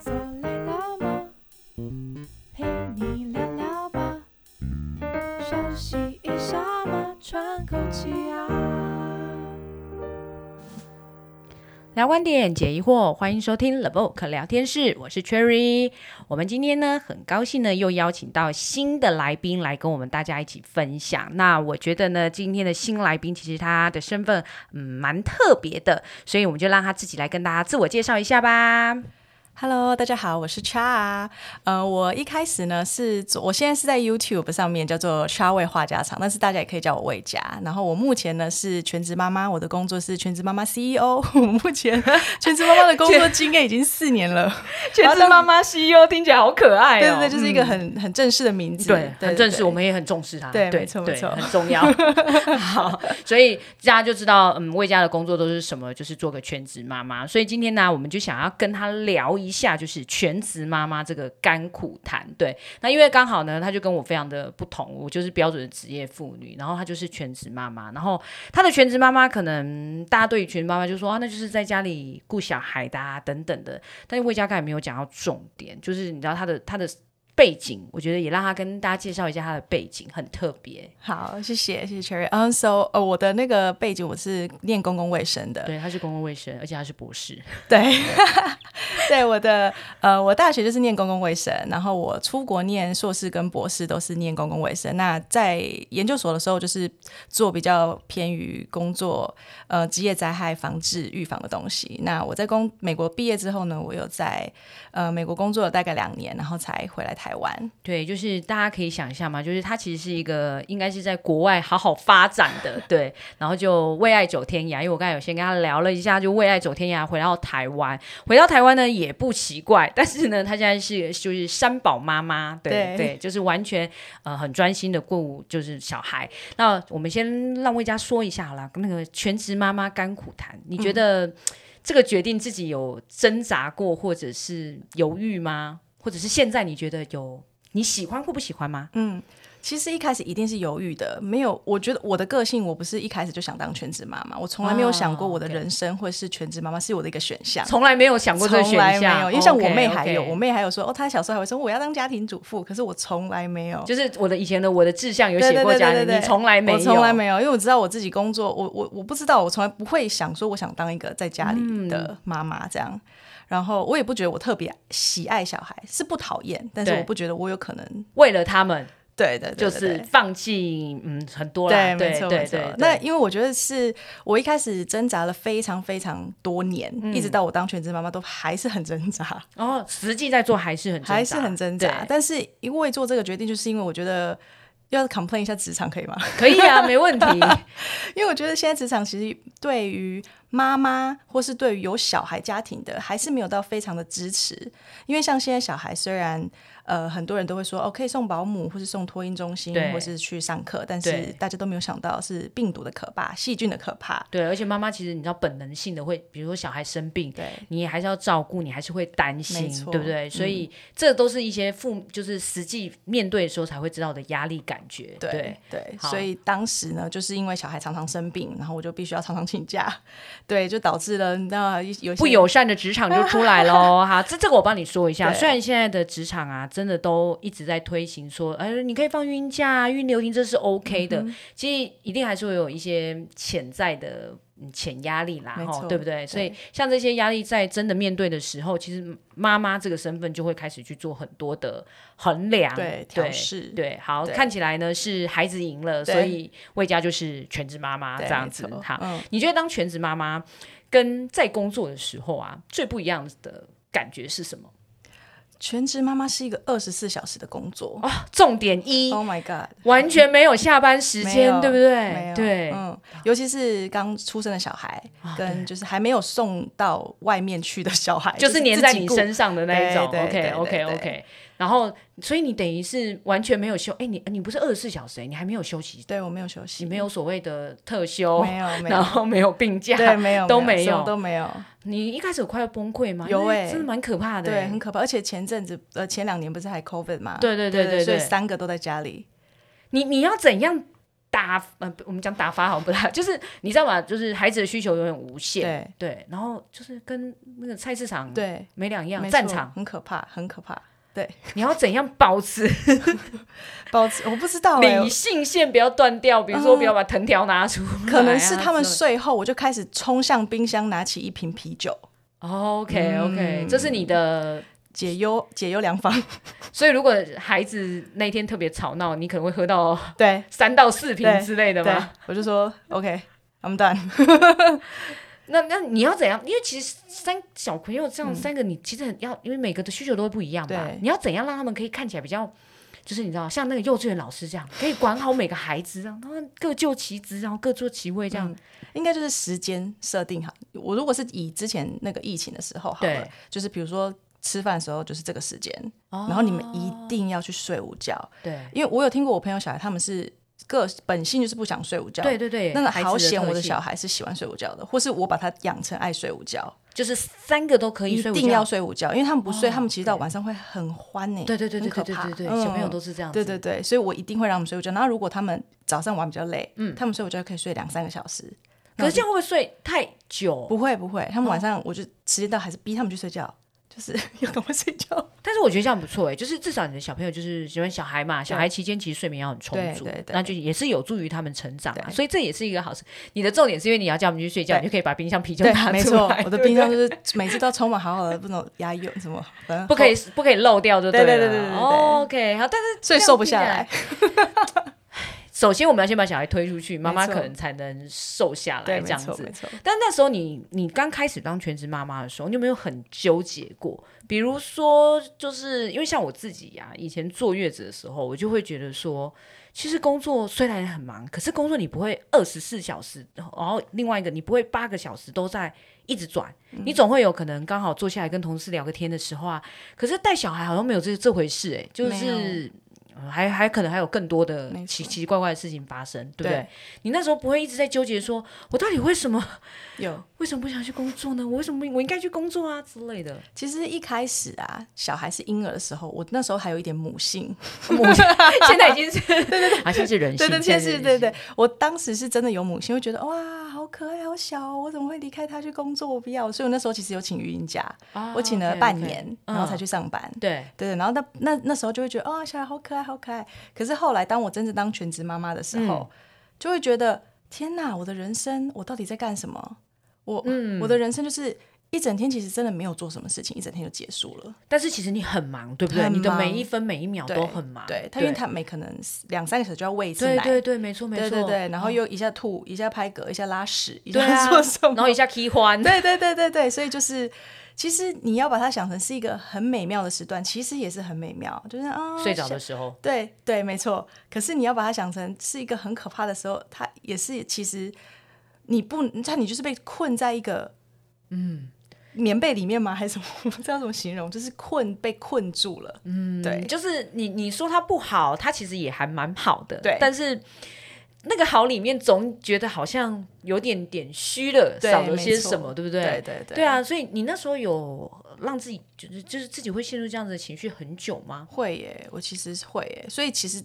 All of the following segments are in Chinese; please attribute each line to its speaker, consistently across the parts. Speaker 1: 坐累了吗？陪你聊聊吧，休息一下嘛，喘口气啊。
Speaker 2: 聊观点，解疑惑，欢迎收听 The Book 聊天室，我是 Cherry。我们今天呢，很高兴呢，又邀请到新的来宾来跟我们大家一起分享。那我觉得呢，今天的新来宾其实他的身份嗯蛮特别的，所以我们就让他自己来跟大家自我介绍一下吧。
Speaker 3: Hello，大家好，我是 Cha。呃，我一开始呢是做，我现在是在 YouTube 上面叫做 Cha 味画家常，但是大家也可以叫我魏家。然后我目前呢是全职妈妈，我的工作是全职妈妈 CEO。我 目前全职妈妈的工作经验已经四年了。
Speaker 2: 全职妈妈 CEO 听起来好可爱哦
Speaker 3: 对对对，就是一个很、很正式的名字，
Speaker 2: 对，很正式，我
Speaker 3: 对
Speaker 2: 们也很重视它。
Speaker 3: 对
Speaker 2: 对，
Speaker 3: 没错
Speaker 2: 对
Speaker 3: 没错
Speaker 2: 很重要。 好，所以大家就知道，嗯，魏家的工作都是什么，就是做个全职妈妈。所以今天呢，我们就想要跟她聊一下，就是全职妈妈这个甘苦谈。对，那因为刚好呢，她就跟我非常的不同，我就是标准的职业妇女，然后她就是全职妈妈，然后她的全职妈妈可能大家对于全职妈妈就说啊，那就是在家里顾小孩的啊等等的，但是魏佳刚才没有讲到重点，就是你知道她的她的背景，我觉得也让他跟大家介绍一下他的背景，很特别。
Speaker 3: 好，谢谢谢谢 Cherry。嗯，so 呃，我的那个背景我是念公共卫生的，
Speaker 2: 对，他是公共卫生，而且他是博士。
Speaker 3: 对， 对，我的呃，我大学就是念公共卫生，然后我出国念硕士跟博士都是念公共卫生。那在研究所的时候，就是做比较偏于工作呃职业灾害防治预防的东西。那我在公美国毕业之后呢，我有在呃美国工作了大概两年，然后才回来台湾。
Speaker 2: 对，就是大家可以想象嘛，就是他其实是一个应该是在国外好好发展的，对，然后就为爱走天涯。因为我刚才有先跟他聊了一下，就为爱走天涯，回到台湾，回到台湾呢也不奇怪，但是呢，他现在是就是三宝妈妈，对
Speaker 3: 对
Speaker 2: 就是完全呃很专心的顾就是小孩。那我们先让魏佳说一下好了，那个全职妈妈甘苦谈，你觉得、这个决定自己有挣扎过，或者是犹豫吗？或者是现在你觉得有你喜欢或不喜欢吗？
Speaker 3: 其实一开始一定是犹豫的，没有。我觉得我的个性，我不是一开始就想当全职妈妈，我从来没有想过
Speaker 2: 哦
Speaker 3: 我的
Speaker 2: ，OK
Speaker 3: 人生会是全职妈妈是我的一个选项。
Speaker 2: 从来没有想过这个
Speaker 3: 从来
Speaker 2: 选项，哦
Speaker 3: 没有，因为像我
Speaker 2: OK，
Speaker 3: 妹还有
Speaker 2: OK
Speaker 3: 我妹还有说，哦，她小时候还会说我要当家庭主妇，可是我从来没有，
Speaker 2: 就是我的以前的我的志向有
Speaker 3: 对
Speaker 2: 写
Speaker 3: 对
Speaker 2: 过
Speaker 3: 对
Speaker 2: 家
Speaker 3: 对
Speaker 2: 人，
Speaker 3: 对，
Speaker 2: 你从来没有，
Speaker 3: 我从来没有，因为我知道我自己工作，我我我不知道，我从来不会想说我想当一个在家里的妈妈这样，然后我也不觉得我特别喜爱小孩，是不讨厌，但是
Speaker 2: 对
Speaker 3: 我不觉得我有可能，
Speaker 2: 为了他们
Speaker 3: 对对对
Speaker 2: 就
Speaker 3: 对对
Speaker 2: 是放弃，嗯，很多啦，
Speaker 3: 对，
Speaker 2: 对
Speaker 3: 没错，
Speaker 2: 对
Speaker 3: 没错
Speaker 2: 对。
Speaker 3: 那
Speaker 2: 对
Speaker 3: 因为我觉得是我一开始挣扎了非常非常多年，
Speaker 2: 嗯
Speaker 3: 一直到我当全职妈妈都还是很挣扎。
Speaker 2: 哦，实际在做还是很挣扎
Speaker 3: 还是很挣扎。
Speaker 2: 对
Speaker 3: 但是因为做这个决定，就是因为我觉得要 complain 一下职场可以吗？
Speaker 2: 可以啊，没问题，
Speaker 3: 因为我觉得现在职场其实对于妈妈或是对于有小孩家庭的，还是没有到非常的支持。因为像现在小孩虽然呃很多人都会说哦可以送保姆或是送托婴中心
Speaker 2: 对
Speaker 3: 或是去上课，但
Speaker 2: 对
Speaker 3: 是大家都没有想到是病毒的可怕、细菌的可怕。
Speaker 2: 对，而且妈妈其实你知道本能性的会，比如说小孩生病，
Speaker 3: 对，
Speaker 2: 你还是要照顾，你还是会担心
Speaker 3: 没，错嗯
Speaker 2: 对不对？所以这都是一些父母就是实际面对的时候才会知道的压力感觉。
Speaker 3: 对对，
Speaker 2: 好
Speaker 3: 所以当时呢，就是因为小孩常常生病，然后我就必须要常常请假， 对，就导致了那有一些
Speaker 2: 不友善的职场就出来 喽。哈，这这个我帮你说一下。
Speaker 3: 对
Speaker 2: 虽然现在的职场啊，真的都一直在推行说，哎，你可以放孕假、啊、孕留停，这是 OK
Speaker 3: 嗯
Speaker 2: 的。其实一定还是会有一些潜在的。嗯潜压力啦，
Speaker 3: 没
Speaker 2: 哈，
Speaker 3: 错
Speaker 2: 对不对？所以像这些压力在真的面对的时候，其实妈妈这个身份就会开始去做很多的衡量，
Speaker 3: 对调试，
Speaker 2: 对，好，
Speaker 3: 对
Speaker 2: 看起来呢是孩子赢了，
Speaker 3: 对
Speaker 2: 所以魏佳就是全职妈妈这
Speaker 3: 对
Speaker 2: 样
Speaker 3: 没
Speaker 2: 子
Speaker 3: 错。
Speaker 2: 好，
Speaker 3: 嗯
Speaker 2: 你觉得当全职妈妈跟在工作的时候啊，最不一样的感觉是什么？
Speaker 3: 全职妈妈是一个二十四小时的工作。
Speaker 2: 啊，重点一，
Speaker 3: Oh my god！
Speaker 2: 完全没有下班时
Speaker 3: 没
Speaker 2: 间，
Speaker 3: 有
Speaker 2: 对不
Speaker 3: 没
Speaker 2: 对？
Speaker 3: 有
Speaker 2: 哎对，
Speaker 3: 嗯，尤其是刚出生的小孩，
Speaker 2: 啊
Speaker 3: 跟
Speaker 2: 对
Speaker 3: 就是还没有送到外面去的小孩，
Speaker 2: 就是粘在
Speaker 3: 自己
Speaker 2: 你
Speaker 3: 顾
Speaker 2: 身上的那一种。
Speaker 3: 对对
Speaker 2: OK
Speaker 3: 对
Speaker 2: OK
Speaker 3: 对
Speaker 2: OK，然后所以你等于是完全没有休，哎，你你不是二十四小时，你还没有休息，
Speaker 3: 对我没有休息，
Speaker 2: 你没有所谓的特休，
Speaker 3: 没有没
Speaker 2: 然
Speaker 3: 有，
Speaker 2: 后没有病假，
Speaker 3: 对，没有
Speaker 2: 都
Speaker 3: 没
Speaker 2: 没
Speaker 3: 什么
Speaker 2: 有
Speaker 3: 都没有，
Speaker 2: 你一开始有快要崩溃吗？
Speaker 3: 有
Speaker 2: 因为
Speaker 3: 欸
Speaker 2: 真的蛮可怕的、
Speaker 3: 对，
Speaker 2: 欸
Speaker 3: 很。可怕。而且前阵子呃前两年不是还 COVID 嘛，
Speaker 2: 对对对对
Speaker 3: 所
Speaker 2: 对
Speaker 3: 以三个都在家里，
Speaker 2: 你你要怎样打呃，不我们讲打 发好像不太，就是你知道吗？就是孩子的需求永远无限，
Speaker 3: 对
Speaker 2: 对，然后就是跟那个菜市场
Speaker 3: 对，
Speaker 2: 没两样，
Speaker 3: 没
Speaker 2: 战
Speaker 3: 错
Speaker 2: 场
Speaker 3: 很可怕，很可怕。
Speaker 2: 你要怎样保 持
Speaker 3: 保持我不知 道、欸，
Speaker 2: 理性线不要断掉？比如说不要把藤条拿出来啊、
Speaker 3: 嗯可能是他们
Speaker 2: 之类
Speaker 3: 睡后，我就开始冲向冰箱拿起一瓶啤酒，
Speaker 2: 的。哦 OK
Speaker 3: 嗯
Speaker 2: OK，、这是你的。
Speaker 3: 解忧解忧良方。
Speaker 2: 所以如果孩子那天特别吵闹，你可能会喝到
Speaker 3: 对
Speaker 2: 三到四瓶
Speaker 3: 对
Speaker 2: 之类的
Speaker 3: 对
Speaker 2: 吗？，
Speaker 3: 我就说 OK，I'm、done。
Speaker 2: 那那你要怎样？因为其实三小朋友这样三个，你其实很要，因为每个的需求都会不一样嘛
Speaker 3: 嗯对。
Speaker 2: 你要怎样让他们可以看起来比较，就是你知道，像那个幼稚园老师这样，可以管好每个孩子，让他们各就其职，然后各做其位，这
Speaker 3: 嗯
Speaker 2: 样、
Speaker 3: 应该就是时间设定好。我如果是以之前那个疫情的时候好了
Speaker 2: 对，哦
Speaker 3: 就是比如说吃饭的时候就是这个时间，然后你们一定要去睡午觉，
Speaker 2: 对
Speaker 3: 因为我有听过我朋友小孩他们是个本性就是不想睡午觉。
Speaker 2: 对。对对。
Speaker 3: 那个
Speaker 2: 孩子
Speaker 3: 好险，我的
Speaker 2: 特性
Speaker 3: 小孩是喜欢睡午觉的，或是我把他养成爱睡午觉，
Speaker 2: 就是三个都可以
Speaker 3: 一
Speaker 2: 睡午觉，
Speaker 3: 定要睡午觉，因为他们不睡，
Speaker 2: 哦
Speaker 3: 他们其实到
Speaker 2: 对
Speaker 3: 晚上会很欢呢、
Speaker 2: 对对对对
Speaker 3: 很可
Speaker 2: 对对
Speaker 3: 怕
Speaker 2: 对对，
Speaker 3: 嗯
Speaker 2: 小朋友都是这样子，
Speaker 3: 对对对，所以我一定会让他们睡午觉。然后如果他们早上玩比较累，嗯，他们睡午觉可以睡两三个小时。
Speaker 2: 可
Speaker 3: 嗯
Speaker 2: 是这样哦会不会睡太久？
Speaker 3: 不会不会，他们晚上我就时间到还是逼他们去睡觉，就是 要赶快睡觉。
Speaker 2: 但是我觉得这样不错哎，就是至少你的小朋友就是喜欢小孩嘛，小孩期间其实睡眠要很充足，
Speaker 3: 对对对
Speaker 2: 那就也是有助于他们成长啊。
Speaker 3: 对
Speaker 2: 所以这也是一个好事。你的重点是因为你要叫他们去睡觉，
Speaker 3: 对
Speaker 2: 你 就可以把冰箱 啤酒
Speaker 3: 对
Speaker 2: 拿出，来，
Speaker 3: 没错，我的冰箱
Speaker 2: 对不对
Speaker 3: 就是每次都要充满好好的，不能压有什么，反正
Speaker 2: 不可以不可以漏掉就
Speaker 3: 对
Speaker 2: 对
Speaker 3: 对
Speaker 2: 了。
Speaker 3: 对对对对
Speaker 2: 哦 OK，好，但是
Speaker 3: 所以
Speaker 2: 这样
Speaker 3: 瘦不
Speaker 2: 听起
Speaker 3: 下
Speaker 2: 来
Speaker 3: 来。
Speaker 2: 首先我们要先把小孩推出去，妈妈
Speaker 3: 没错
Speaker 2: 可能才能瘦下来
Speaker 3: 对，
Speaker 2: 这
Speaker 3: 没
Speaker 2: 样
Speaker 3: 错
Speaker 2: 子
Speaker 3: 没。错。
Speaker 2: 但那时候你你刚开始当全职妈妈的时候，你有没有很纠结过？比如说，就是因为像我自己呀、以前坐月子的时候，我就会觉得说，其实工作虽然很忙，可是工作你不会二十四小时，然后另外一个你不会八个小时都在一直转，
Speaker 3: 嗯
Speaker 2: 你总会有可能刚好坐下来跟同事聊个天的时候啊。可是带小孩好像没有这这回事、欸，哎，就
Speaker 3: 没
Speaker 2: 是。呃还还可能还有更多的
Speaker 3: 没错
Speaker 2: 奇奇怪怪的事情发生，对不对？
Speaker 3: 对
Speaker 2: 你那时候不会一直在纠结说，我到底为什么
Speaker 3: 有，
Speaker 2: 为什么不想去工作呢？我为什么不我应该去工作啊之类 的？
Speaker 3: 其实一开始啊，小孩是婴儿的时候，我那时候还有一点 母性，
Speaker 2: 现在已经是对对
Speaker 3: 啊
Speaker 2: 对，好像是人性，
Speaker 3: 对对，确
Speaker 2: 现
Speaker 3: 实
Speaker 2: 在
Speaker 3: 对
Speaker 2: 人性
Speaker 3: 对，我当时是真的有母性，会觉得哇，好可爱，好小、哦，我怎么会离开他去工作？我不要，所以我那时候其实有请育婴假，
Speaker 2: 啊
Speaker 3: 我请了
Speaker 2: OK，OK
Speaker 3: 半年，然后才
Speaker 2: 嗯
Speaker 3: 去上班。
Speaker 2: 对
Speaker 3: 对对，然后那那那时候就会觉得哦，小孩好可爱，好可爱。可是后来，当我真正当全职妈妈的时候，
Speaker 2: 嗯
Speaker 3: 就会觉得天哪，我的人生我到底在干什么？我、
Speaker 2: 嗯
Speaker 3: 我的人生就是一整天，其实真的没有做什么事情，一整天就结束了。
Speaker 2: 但是其实你很忙，对不对？
Speaker 3: 很忙
Speaker 2: 你的每一分每一秒
Speaker 3: 对
Speaker 2: 都很忙，
Speaker 3: 对，他因为他每可能两三个小时就要喂一次
Speaker 2: 对
Speaker 3: 奶，
Speaker 2: 对对，没错没错，嗯
Speaker 3: 对对对，然后又一下吐，一下拍嗝，一下拉屎，一
Speaker 2: 对啊
Speaker 3: 下 做什么？
Speaker 2: 然后一下 key 欢，
Speaker 3: 对对对对对，所以就是，其实你要把它想成是一个很美妙的时段，其实也是很美妙，就是啊，
Speaker 2: 睡着
Speaker 3: 小
Speaker 2: 的时候，
Speaker 3: 对对，没错。可是你要把它想成是一个很可怕的时候，它也是其实你不，它你就是被困在一个嗯棉被里面吗？还是什么？ 我不知道怎么形容，就是困被困住了。嗯，对，
Speaker 2: 就是你你说它不好，它其实也还蛮好的，
Speaker 3: 对
Speaker 2: 但是。那个好里面总觉得好像有点点虚了，
Speaker 3: 对
Speaker 2: 少了些
Speaker 3: 没错
Speaker 2: 什么，对不对？
Speaker 3: 对对对
Speaker 2: 对啊，所以你那时候有让自己就是就是自己会陷入这样子的情绪很久吗？
Speaker 3: 会耶，我其实是会耶，所以其实。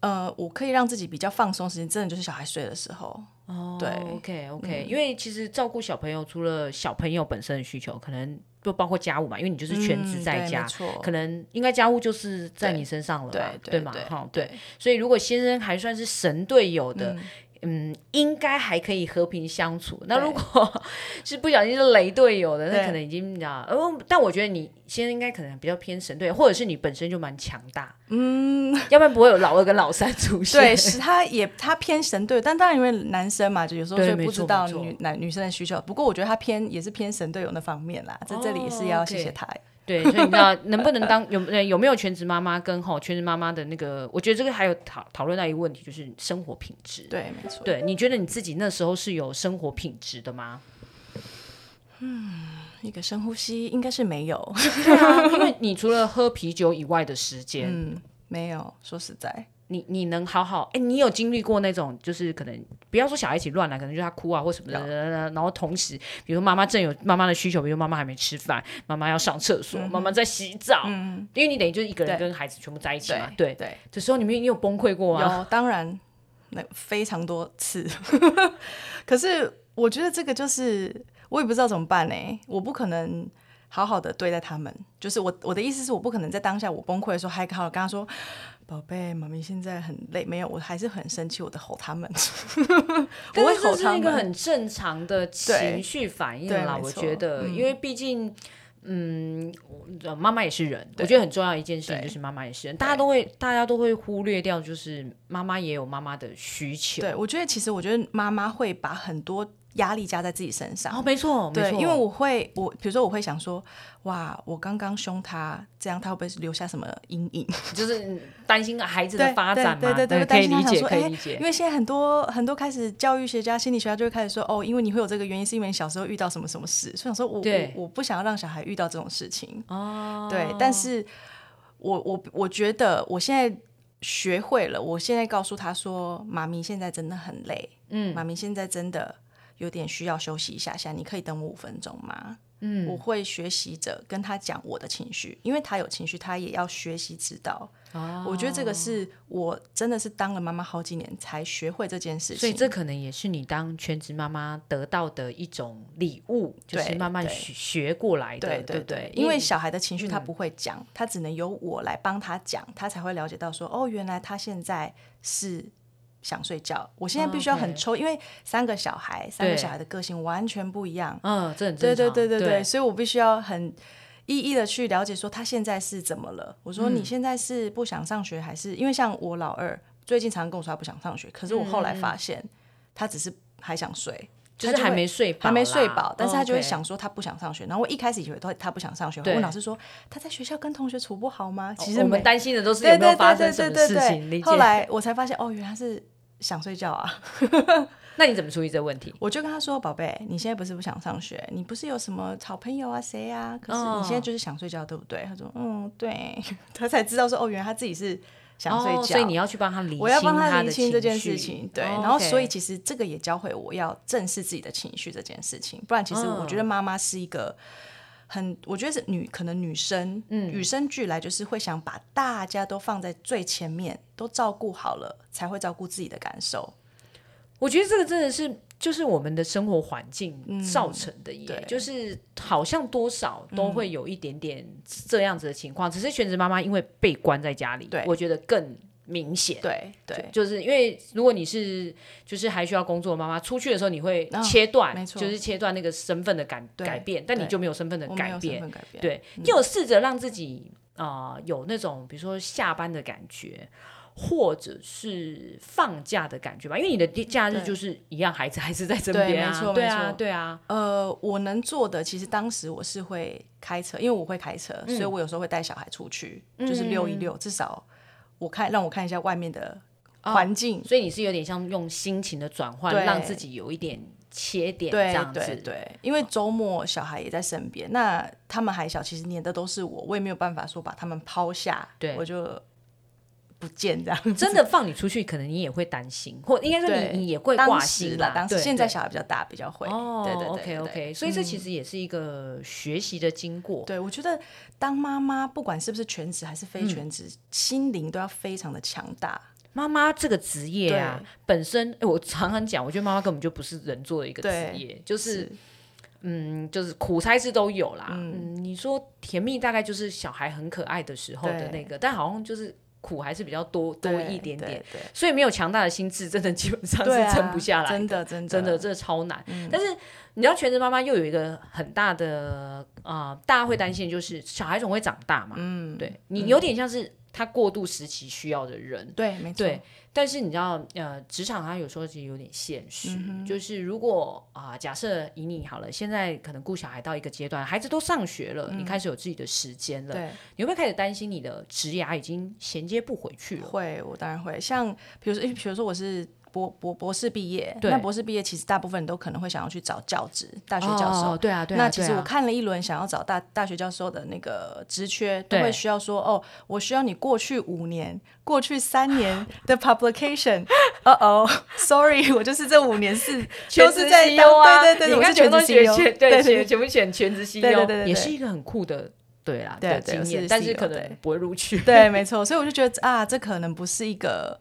Speaker 3: 呃，我可以让自己比较放松，时间真的就是小孩睡的时候，
Speaker 2: 哦，
Speaker 3: 对
Speaker 2: ，OK OK，、因嗯为其实照顾小朋友，除了小朋友本身的需求，可能就包括家务嘛，因为你就是全职
Speaker 3: 嗯
Speaker 2: 在
Speaker 3: 对
Speaker 2: 家
Speaker 3: 没，错
Speaker 2: 可能应该家务就是在
Speaker 3: 对
Speaker 2: 你身上了
Speaker 3: 对
Speaker 2: 吧，
Speaker 3: 对
Speaker 2: 吗？
Speaker 3: 对
Speaker 2: 哈，对，所以如果先生还算是神队友的。嗯应该还可以和平相处。那
Speaker 3: 对
Speaker 2: 如果 是不小心是雷队友的，那
Speaker 3: 对
Speaker 2: 可能已经啊，呃，但我觉得你先生应该可能比较偏神队友，或者是你本身就蛮强大，嗯， 要不然不会有老二跟老三出现。
Speaker 3: 对，是他也他偏神队友，但当然因为男生嘛，就有时候
Speaker 2: 对
Speaker 3: 就
Speaker 2: 没
Speaker 3: 不知
Speaker 2: 错
Speaker 3: 道
Speaker 2: 没错
Speaker 3: 女男女生的需求。不过我觉得他偏也是偏神队友那方面啦，在这里也
Speaker 2: 哦
Speaker 3: 是要谢
Speaker 2: ，OK
Speaker 3: 谢他。
Speaker 2: 对，所以你知道能不能当有呃有没有全职妈妈跟吼全职妈妈的那个，我觉得这个还有讨讨论到一个问题，就是生活品质。
Speaker 3: 对，没错。
Speaker 2: 对，你觉得你自己那时候是有生活品质的吗？
Speaker 3: 一个深呼吸应该是没有，
Speaker 2: 对啊，因为你除了喝啤酒以外的时间，
Speaker 3: 嗯，没有。说实在，
Speaker 2: 你你能好好哎，你有经历过那种就是可能不要说小孩一起乱来，可能就是他哭啊或什么的，然后同时，比如妈妈正有妈妈的需求，比如妈妈还没吃饭，妈妈要上厕所，
Speaker 3: 嗯
Speaker 2: 妈妈在洗澡，因为你等于就是一个人
Speaker 3: 对
Speaker 2: 跟孩子全部在一起嘛
Speaker 3: 对，
Speaker 2: 对，
Speaker 3: 对，
Speaker 2: 这时候你们你有崩溃过吗？
Speaker 3: 有当然那非常多次。 可是我觉得这个就是我也不知道怎么办呢、我不可能好好的对待他们。就是我我的意思是我不可能在当下我崩溃的时候还好好跟他说。宝贝，妈咪现在很累，没有，我还是很生气，我的吼他 们，我会
Speaker 2: 但是
Speaker 3: 吼
Speaker 2: 这
Speaker 3: 他
Speaker 2: 是一个
Speaker 3: 们。
Speaker 2: 很正常的情绪反应
Speaker 3: 对
Speaker 2: 啦，
Speaker 3: 没
Speaker 2: 我
Speaker 3: 错
Speaker 2: 觉得，因为毕竟。嗯，我妈妈也是人，我觉得很重要一件事情
Speaker 3: 对
Speaker 2: 就是妈妈也是人，大家都会大家都会忽略掉，就是妈妈也有妈妈的需求。
Speaker 3: 对，我觉得其实我觉得妈妈会把很多压力加在自己身上。
Speaker 2: 哦，没错，没
Speaker 3: 对，
Speaker 2: 错，
Speaker 3: 因为我会，我比如说我会想说，哇，我刚刚凶他，这样他会不会留下什么阴影？
Speaker 2: 就是担心孩子的
Speaker 3: 对
Speaker 2: 发
Speaker 3: 对
Speaker 2: 展嘛，
Speaker 3: 对对对，
Speaker 2: 可
Speaker 3: 担
Speaker 2: 以
Speaker 3: 心
Speaker 2: 理
Speaker 3: 他想
Speaker 2: 解，
Speaker 3: 说
Speaker 2: 可以
Speaker 3: 哎
Speaker 2: 理解
Speaker 3: 因。为现在很多很多开始教育学家、心理学家就会开始说，哦，因为你会有这个原因，是因为你小时候遇到什么什么事，所以想说我
Speaker 2: 对
Speaker 3: 我我不想要让小孩遇到这种事情。哦，对，但是我我我觉得我现在。学会了，我现在告诉他说：“妈咪现在真的很累，嗯，妈咪现在真的有点需要休息一下下，你可以等我五分钟吗？”嗯，我会学习着跟他讲我的情绪，因为他有情绪，他也要学习知道。
Speaker 2: 哦
Speaker 3: 我觉得这个是我真的是当了妈妈好几年才学会这件事情。
Speaker 2: 所以这可能也是你当全职妈妈得到的一种礼物，就是
Speaker 3: 对
Speaker 2: 慢慢
Speaker 3: 对
Speaker 2: 学学过来的，
Speaker 3: 对
Speaker 2: 对
Speaker 3: 对
Speaker 2: 不
Speaker 3: 对
Speaker 2: 对，？嗯
Speaker 3: 因为小孩的情绪他不会讲，他只能由我来帮他讲，他才会了解到说，哦，原来他现在是想睡觉。我现在必须要很
Speaker 2: 哦 OK
Speaker 3: 抽，因为三个小孩，三个
Speaker 2: 对
Speaker 3: 小孩的个性完全不一样。
Speaker 2: 嗯，这很正
Speaker 3: 对
Speaker 2: 常，
Speaker 3: 对对对
Speaker 2: 对
Speaker 3: 对，所以我必须要很一一的去了解说他现在是怎么了。我
Speaker 2: 嗯
Speaker 3: 说你现在是不想上学，还是因为像我老二最近常跟我说他不想上学，可是我后
Speaker 2: 嗯
Speaker 3: 来发现他只是还想睡。
Speaker 2: 就
Speaker 3: 他
Speaker 2: 是
Speaker 3: 就
Speaker 2: 还
Speaker 3: 会
Speaker 2: 没睡饱啦，
Speaker 3: 还没睡饱，但是他就会
Speaker 2: OK
Speaker 3: 想说他不想上学。然后我一开始以为他他不想上学，我
Speaker 2: 对
Speaker 3: 问老师说他在学校跟同学处不好吗？其
Speaker 2: 其
Speaker 3: 实
Speaker 2: 实我们
Speaker 3: 没
Speaker 2: 担心的都是有
Speaker 3: 对
Speaker 2: 没有
Speaker 3: 对
Speaker 2: 发
Speaker 3: 对
Speaker 2: 生
Speaker 3: 对
Speaker 2: 什么
Speaker 3: 对
Speaker 2: 事
Speaker 3: 对
Speaker 2: 情。理
Speaker 3: 对。
Speaker 2: 解
Speaker 3: 后来我才发现哦，原来他是想睡觉啊。
Speaker 2: 那你怎么处理这个问题？
Speaker 3: 我就跟他说：“宝贝，你现在不是不想上学，你不是有什么好朋友啊，谁啊？可是你
Speaker 2: 嗯
Speaker 3: 现在就是想睡觉，对不对？”他说：“嗯，对。” 他才知道说：“哦，原来他自己是想睡觉。
Speaker 2: 哦，所以你要去帮他理清
Speaker 3: 我要帮
Speaker 2: 他
Speaker 3: 他
Speaker 2: 的
Speaker 3: 理
Speaker 2: 情
Speaker 3: 清
Speaker 2: 绪
Speaker 3: 这件事情，对。
Speaker 2: 哦
Speaker 3: 然后，
Speaker 2: ，OK
Speaker 3: 所以其实这个也教会我要正视自己的情绪这件事情，不然其实我
Speaker 2: 嗯
Speaker 3: 觉得妈妈是一个。很，我觉得是女，可能女生，
Speaker 2: 嗯
Speaker 3: 与生俱来就是会想把大家都放在最前面，都照顾好了，才会照顾自己的感受。
Speaker 2: 我觉得这个真的是就是我们的生活环境造成的耶，
Speaker 3: 嗯对
Speaker 2: 就是好像多少都会有一点点这样子的情况，只是全职妈妈因为被关在家里，
Speaker 3: 嗯对
Speaker 2: 我觉得更明显。
Speaker 3: 对对，
Speaker 2: 就是因为如果你是就是还需要工作的妈妈，出去的时候你会
Speaker 3: 啊
Speaker 2: 切断，
Speaker 3: 没错
Speaker 2: 就是切断那个身份的改
Speaker 3: 对
Speaker 2: 改变，但你
Speaker 3: 对
Speaker 2: 就没有身份的
Speaker 3: 我没
Speaker 2: 改
Speaker 3: 有
Speaker 2: 变
Speaker 3: 身。份改变。嗯
Speaker 2: 对你有试着让自己啊、呃有那种比如说下班的感觉，或者是放假的感觉吧，因为你的假日
Speaker 3: 对
Speaker 2: 就是一样，孩子还是在身
Speaker 3: 对
Speaker 2: 边
Speaker 3: 没
Speaker 2: 啊，
Speaker 3: 错
Speaker 2: 对
Speaker 3: 没
Speaker 2: 啊，
Speaker 3: 错
Speaker 2: 对啊，
Speaker 3: 呃，我能做的，其实当时我是会开车，因为我会开车，
Speaker 2: 嗯
Speaker 3: 所以我有时候会带小孩出去，就是溜一溜，至少我看让我看一下外面的环境。
Speaker 2: 所以你是有点像用心情的转换，
Speaker 3: 对
Speaker 2: 让自己有一点切点这
Speaker 3: 对
Speaker 2: 样子，
Speaker 3: 对对，因为周末小孩也在身边，那他们还小，其实黏的都是我，我也没有办法说把他们抛下，
Speaker 2: 对
Speaker 3: 我就不见这样。
Speaker 2: 真的放你出去，可能你也会担心，或应该说
Speaker 3: 对
Speaker 2: 你你也会挂
Speaker 3: 当时
Speaker 2: 心
Speaker 3: 啦
Speaker 2: 啦，
Speaker 3: 当时
Speaker 2: 对
Speaker 3: 现在
Speaker 2: 对
Speaker 3: 小孩比较大，比较会。
Speaker 2: 哦，
Speaker 3: 对对对
Speaker 2: OK
Speaker 3: 对嗯
Speaker 2: OK，所以这其实也是一个学习的经过，
Speaker 3: 对，我觉得当妈妈，不管是不是全职还是
Speaker 2: 嗯
Speaker 3: 非全职，心灵都要非常的强大。
Speaker 2: 妈妈这个职业啊
Speaker 3: 对，
Speaker 2: 本身、哎，我常常讲，我觉得妈妈根本就不是人做的一个职
Speaker 3: 对
Speaker 2: 业，就是嗯，就是苦差事都有啦。嗯，你说甜蜜大概就是小孩很可爱的时候的那个，但好像就是苦还是比较多多
Speaker 3: 对
Speaker 2: 一点点，，
Speaker 3: 对
Speaker 2: 所以没有强大的心智，真的基本上
Speaker 3: 对
Speaker 2: 是
Speaker 3: 对啊
Speaker 2: 撑不下来
Speaker 3: 真的真的
Speaker 2: 真的，嗯这超难。但是你知道，全职妈妈又有一个很大的啊、呃大家会担心的就是小孩总会长大嘛，嗯，对你有点像是他过渡时期需要的人，
Speaker 3: 对，没错，
Speaker 2: 对，但是你知道，呃，职场它有时候其实有点现实，就是如果啊、假设以你好了，现在可能顾小孩到一个阶段，孩子都上学了，你开始有自己的时间了，
Speaker 3: 对
Speaker 2: 你会不会开始担心你的职涯已经衔接不回去了？
Speaker 3: 会，我当然会。像比如说，诶比如说我是博博博士毕业，
Speaker 2: 对
Speaker 3: 那博士毕业其实大部分人都可能会想要去找教职大学教授。
Speaker 2: 哦，对啊，对啊，
Speaker 3: 那其实
Speaker 2: 对啊
Speaker 3: 我看了一轮，想要找大大学教授的那个职缺，都
Speaker 2: 对
Speaker 3: 会需要说哦，我需要你过去五年、过去三年的 publication。哦 哦，sorry，我就是这五年是
Speaker 2: 全
Speaker 3: 都
Speaker 2: 职
Speaker 3: 是在
Speaker 2: CEO 啊，
Speaker 3: 当对对对，
Speaker 2: 你
Speaker 3: 我
Speaker 2: 看
Speaker 3: 是
Speaker 2: 全
Speaker 3: 全
Speaker 2: 都
Speaker 3: 职 E
Speaker 2: 学
Speaker 3: CEO，
Speaker 2: 全
Speaker 3: 对
Speaker 2: 对，全部选全职 E CEO，
Speaker 3: 对对对对
Speaker 2: 也是一个很酷的，对啦，
Speaker 3: 对啊
Speaker 2: 的
Speaker 3: 对
Speaker 2: 经
Speaker 3: 我是
Speaker 2: 验，但是
Speaker 3: CEO
Speaker 2: 可能
Speaker 3: 对
Speaker 2: 不会录取。
Speaker 3: 对，没错，所以我就觉得啊，这可能不是一个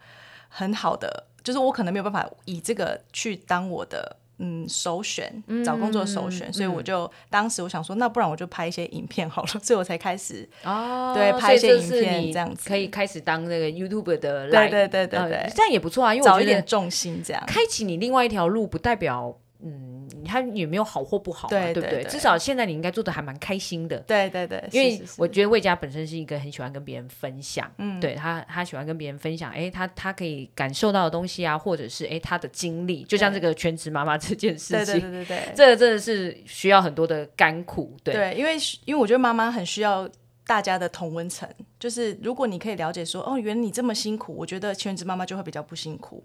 Speaker 3: 很好的，就是我可能没有办法以这个去当我的。嗯，首选找工作的首选，所以我就当时我想说，那不然我就拍一些影片好了，所以我才开始
Speaker 2: 哦，
Speaker 3: 对
Speaker 2: 所以
Speaker 3: 拍一些
Speaker 2: 这
Speaker 3: 影
Speaker 2: 是
Speaker 3: 片
Speaker 2: 你
Speaker 3: 这样子
Speaker 2: 可以开始当那个 YouTube 的 line，
Speaker 3: 对对对对
Speaker 2: 呃
Speaker 3: 对
Speaker 2: 这样也不错啊，因为我
Speaker 3: 找
Speaker 2: 觉
Speaker 3: 一点
Speaker 2: 得
Speaker 3: 重心这样。
Speaker 2: 开启你另外一条路，不代表嗯，它有没有好或不好嘛，啊
Speaker 3: 对
Speaker 2: 对不
Speaker 3: 对
Speaker 2: 对？
Speaker 3: 对
Speaker 2: 至少现在你应该做的还蛮开心的。
Speaker 3: 对对对，
Speaker 2: 因为
Speaker 3: 是是是
Speaker 2: 我觉得魏佳本身是一个很喜欢跟别人分享，嗯，对他，他喜欢跟别人分享，哎，他他可以感受到的东西啊，或者是哎他的经历，就像这
Speaker 3: 对
Speaker 2: 个全职妈妈这件事
Speaker 3: 对
Speaker 2: 情，
Speaker 3: 对对对对
Speaker 2: 这个真的是需要很多的甘苦，对，
Speaker 3: 对，因为因为我觉得妈妈很需要大家的同温层，就是如果你可以了解说，哦，原来你这么辛苦，我觉得全职妈妈就会比较不辛苦，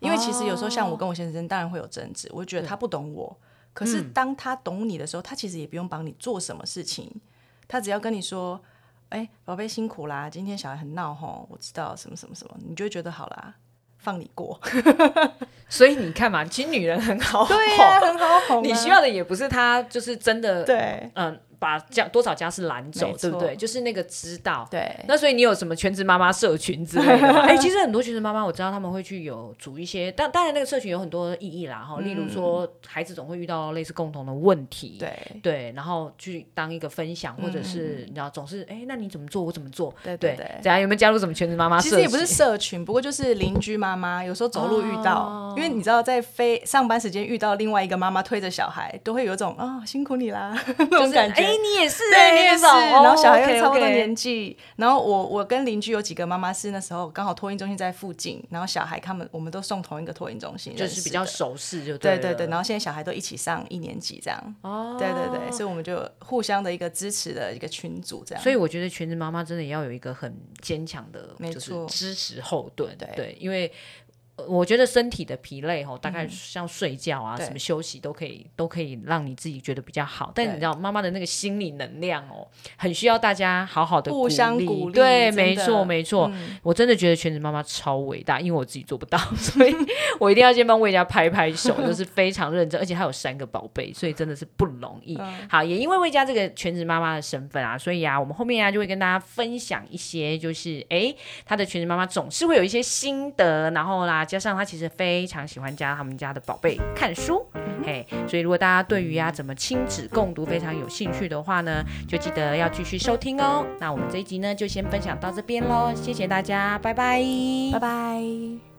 Speaker 3: 因为其实有时候像
Speaker 2: 哦
Speaker 3: 我跟我先生，当然会有争执，我觉得他不懂我，可是
Speaker 2: 嗯
Speaker 3: 当他懂你的时候，他其实也不用帮你做什么事情，他只要跟你说。哎，宝贝辛苦啦！今天小孩很闹吼，我知道什么什么什么，你就会觉得 好啦，放你过。
Speaker 2: 所以你看嘛，其实女人很好哄，
Speaker 3: 很好哄啊
Speaker 2: 你需要的也不是她就是真的，
Speaker 3: 对
Speaker 2: 嗯，把家多少家是拦走
Speaker 3: 没，
Speaker 2: 对不对？
Speaker 3: 错
Speaker 2: 就是那个知道。
Speaker 3: 对
Speaker 2: 那所以你有什么全职妈妈社群之类的吗？ 哎、其实很多全职妈妈，我知道他们会去有组一些，但当然那个社群有很多意义啦，哈，例如说孩子总会遇到类似共同的问题，
Speaker 3: 嗯对
Speaker 2: 对，然后去当一个分享，或者是、你知道总是哎、那你怎么做，我怎么做，
Speaker 3: 嗯对
Speaker 2: 对
Speaker 3: 对对，
Speaker 2: 怎样有没有加入什么全职妈妈啊社
Speaker 3: 其
Speaker 2: 群？
Speaker 3: 实也不是社群，不过就是邻居妈妈，有时候走路遇到，
Speaker 2: 哦
Speaker 3: 因为你知道在非上班时间遇到另外一个妈妈推着小孩，都会有一种啊、辛苦你啦 那
Speaker 2: 就
Speaker 3: 种
Speaker 2: 是
Speaker 3: 感觉。
Speaker 2: 哎、你也是、哎，
Speaker 3: 对，
Speaker 2: 你
Speaker 3: 也是。
Speaker 2: 懂哦
Speaker 3: 然后小孩又
Speaker 2: OK，OK
Speaker 3: 差不多年纪然后我我跟邻居有几个妈妈是那时候刚好托婴中心在附近，然后小孩他们我们都送同一个托婴中心认
Speaker 2: 就
Speaker 3: 识的，
Speaker 2: 是比较熟识，就
Speaker 3: 对
Speaker 2: 对
Speaker 3: 对对。然
Speaker 2: 后
Speaker 3: 后现在小孩都一起上一年级这样，
Speaker 2: 哦，
Speaker 3: 对对对，所以我们就互相的一个支持的一个群组这样。
Speaker 2: 所以我觉得全职妈妈真的要有一个很坚强的，
Speaker 3: 没
Speaker 2: 就是
Speaker 3: 错
Speaker 2: 支持后盾，
Speaker 3: 对
Speaker 2: 因为。呃我觉得身体的疲累吼，大概像睡觉啊、
Speaker 3: 嗯对
Speaker 2: 什么休息都可以，都可以让你自己觉得比较好。但你
Speaker 3: 对
Speaker 2: 知道，妈妈的那个心理能量哦，很需要大家好好的
Speaker 3: 互相鼓励
Speaker 2: 对，
Speaker 3: 真的
Speaker 2: 没错，没错。
Speaker 3: 嗯
Speaker 2: 我真的觉得全职妈妈超伟大，因为我自己做不到，所以我一定要先帮魏佳拍拍 手，就是非常认真，而且她有三个宝贝，所以真的是不容易。
Speaker 3: 嗯
Speaker 2: 好，也因为魏佳这个全职妈妈的身份啊，所以啊，我们后面啊就会跟大家分享一些，就是诶，她的全职妈妈总是会有一些心得，然后啦，加上她其实非常喜欢家他们家的宝贝看书，嘿，所以如果大家对于
Speaker 3: 嗯
Speaker 2: 啊怎么亲子共读非常有兴趣的话呢，就记得要继续收听哦。那我们这一集呢就先分享到这边喽，谢谢大家，拜拜，
Speaker 3: 拜拜。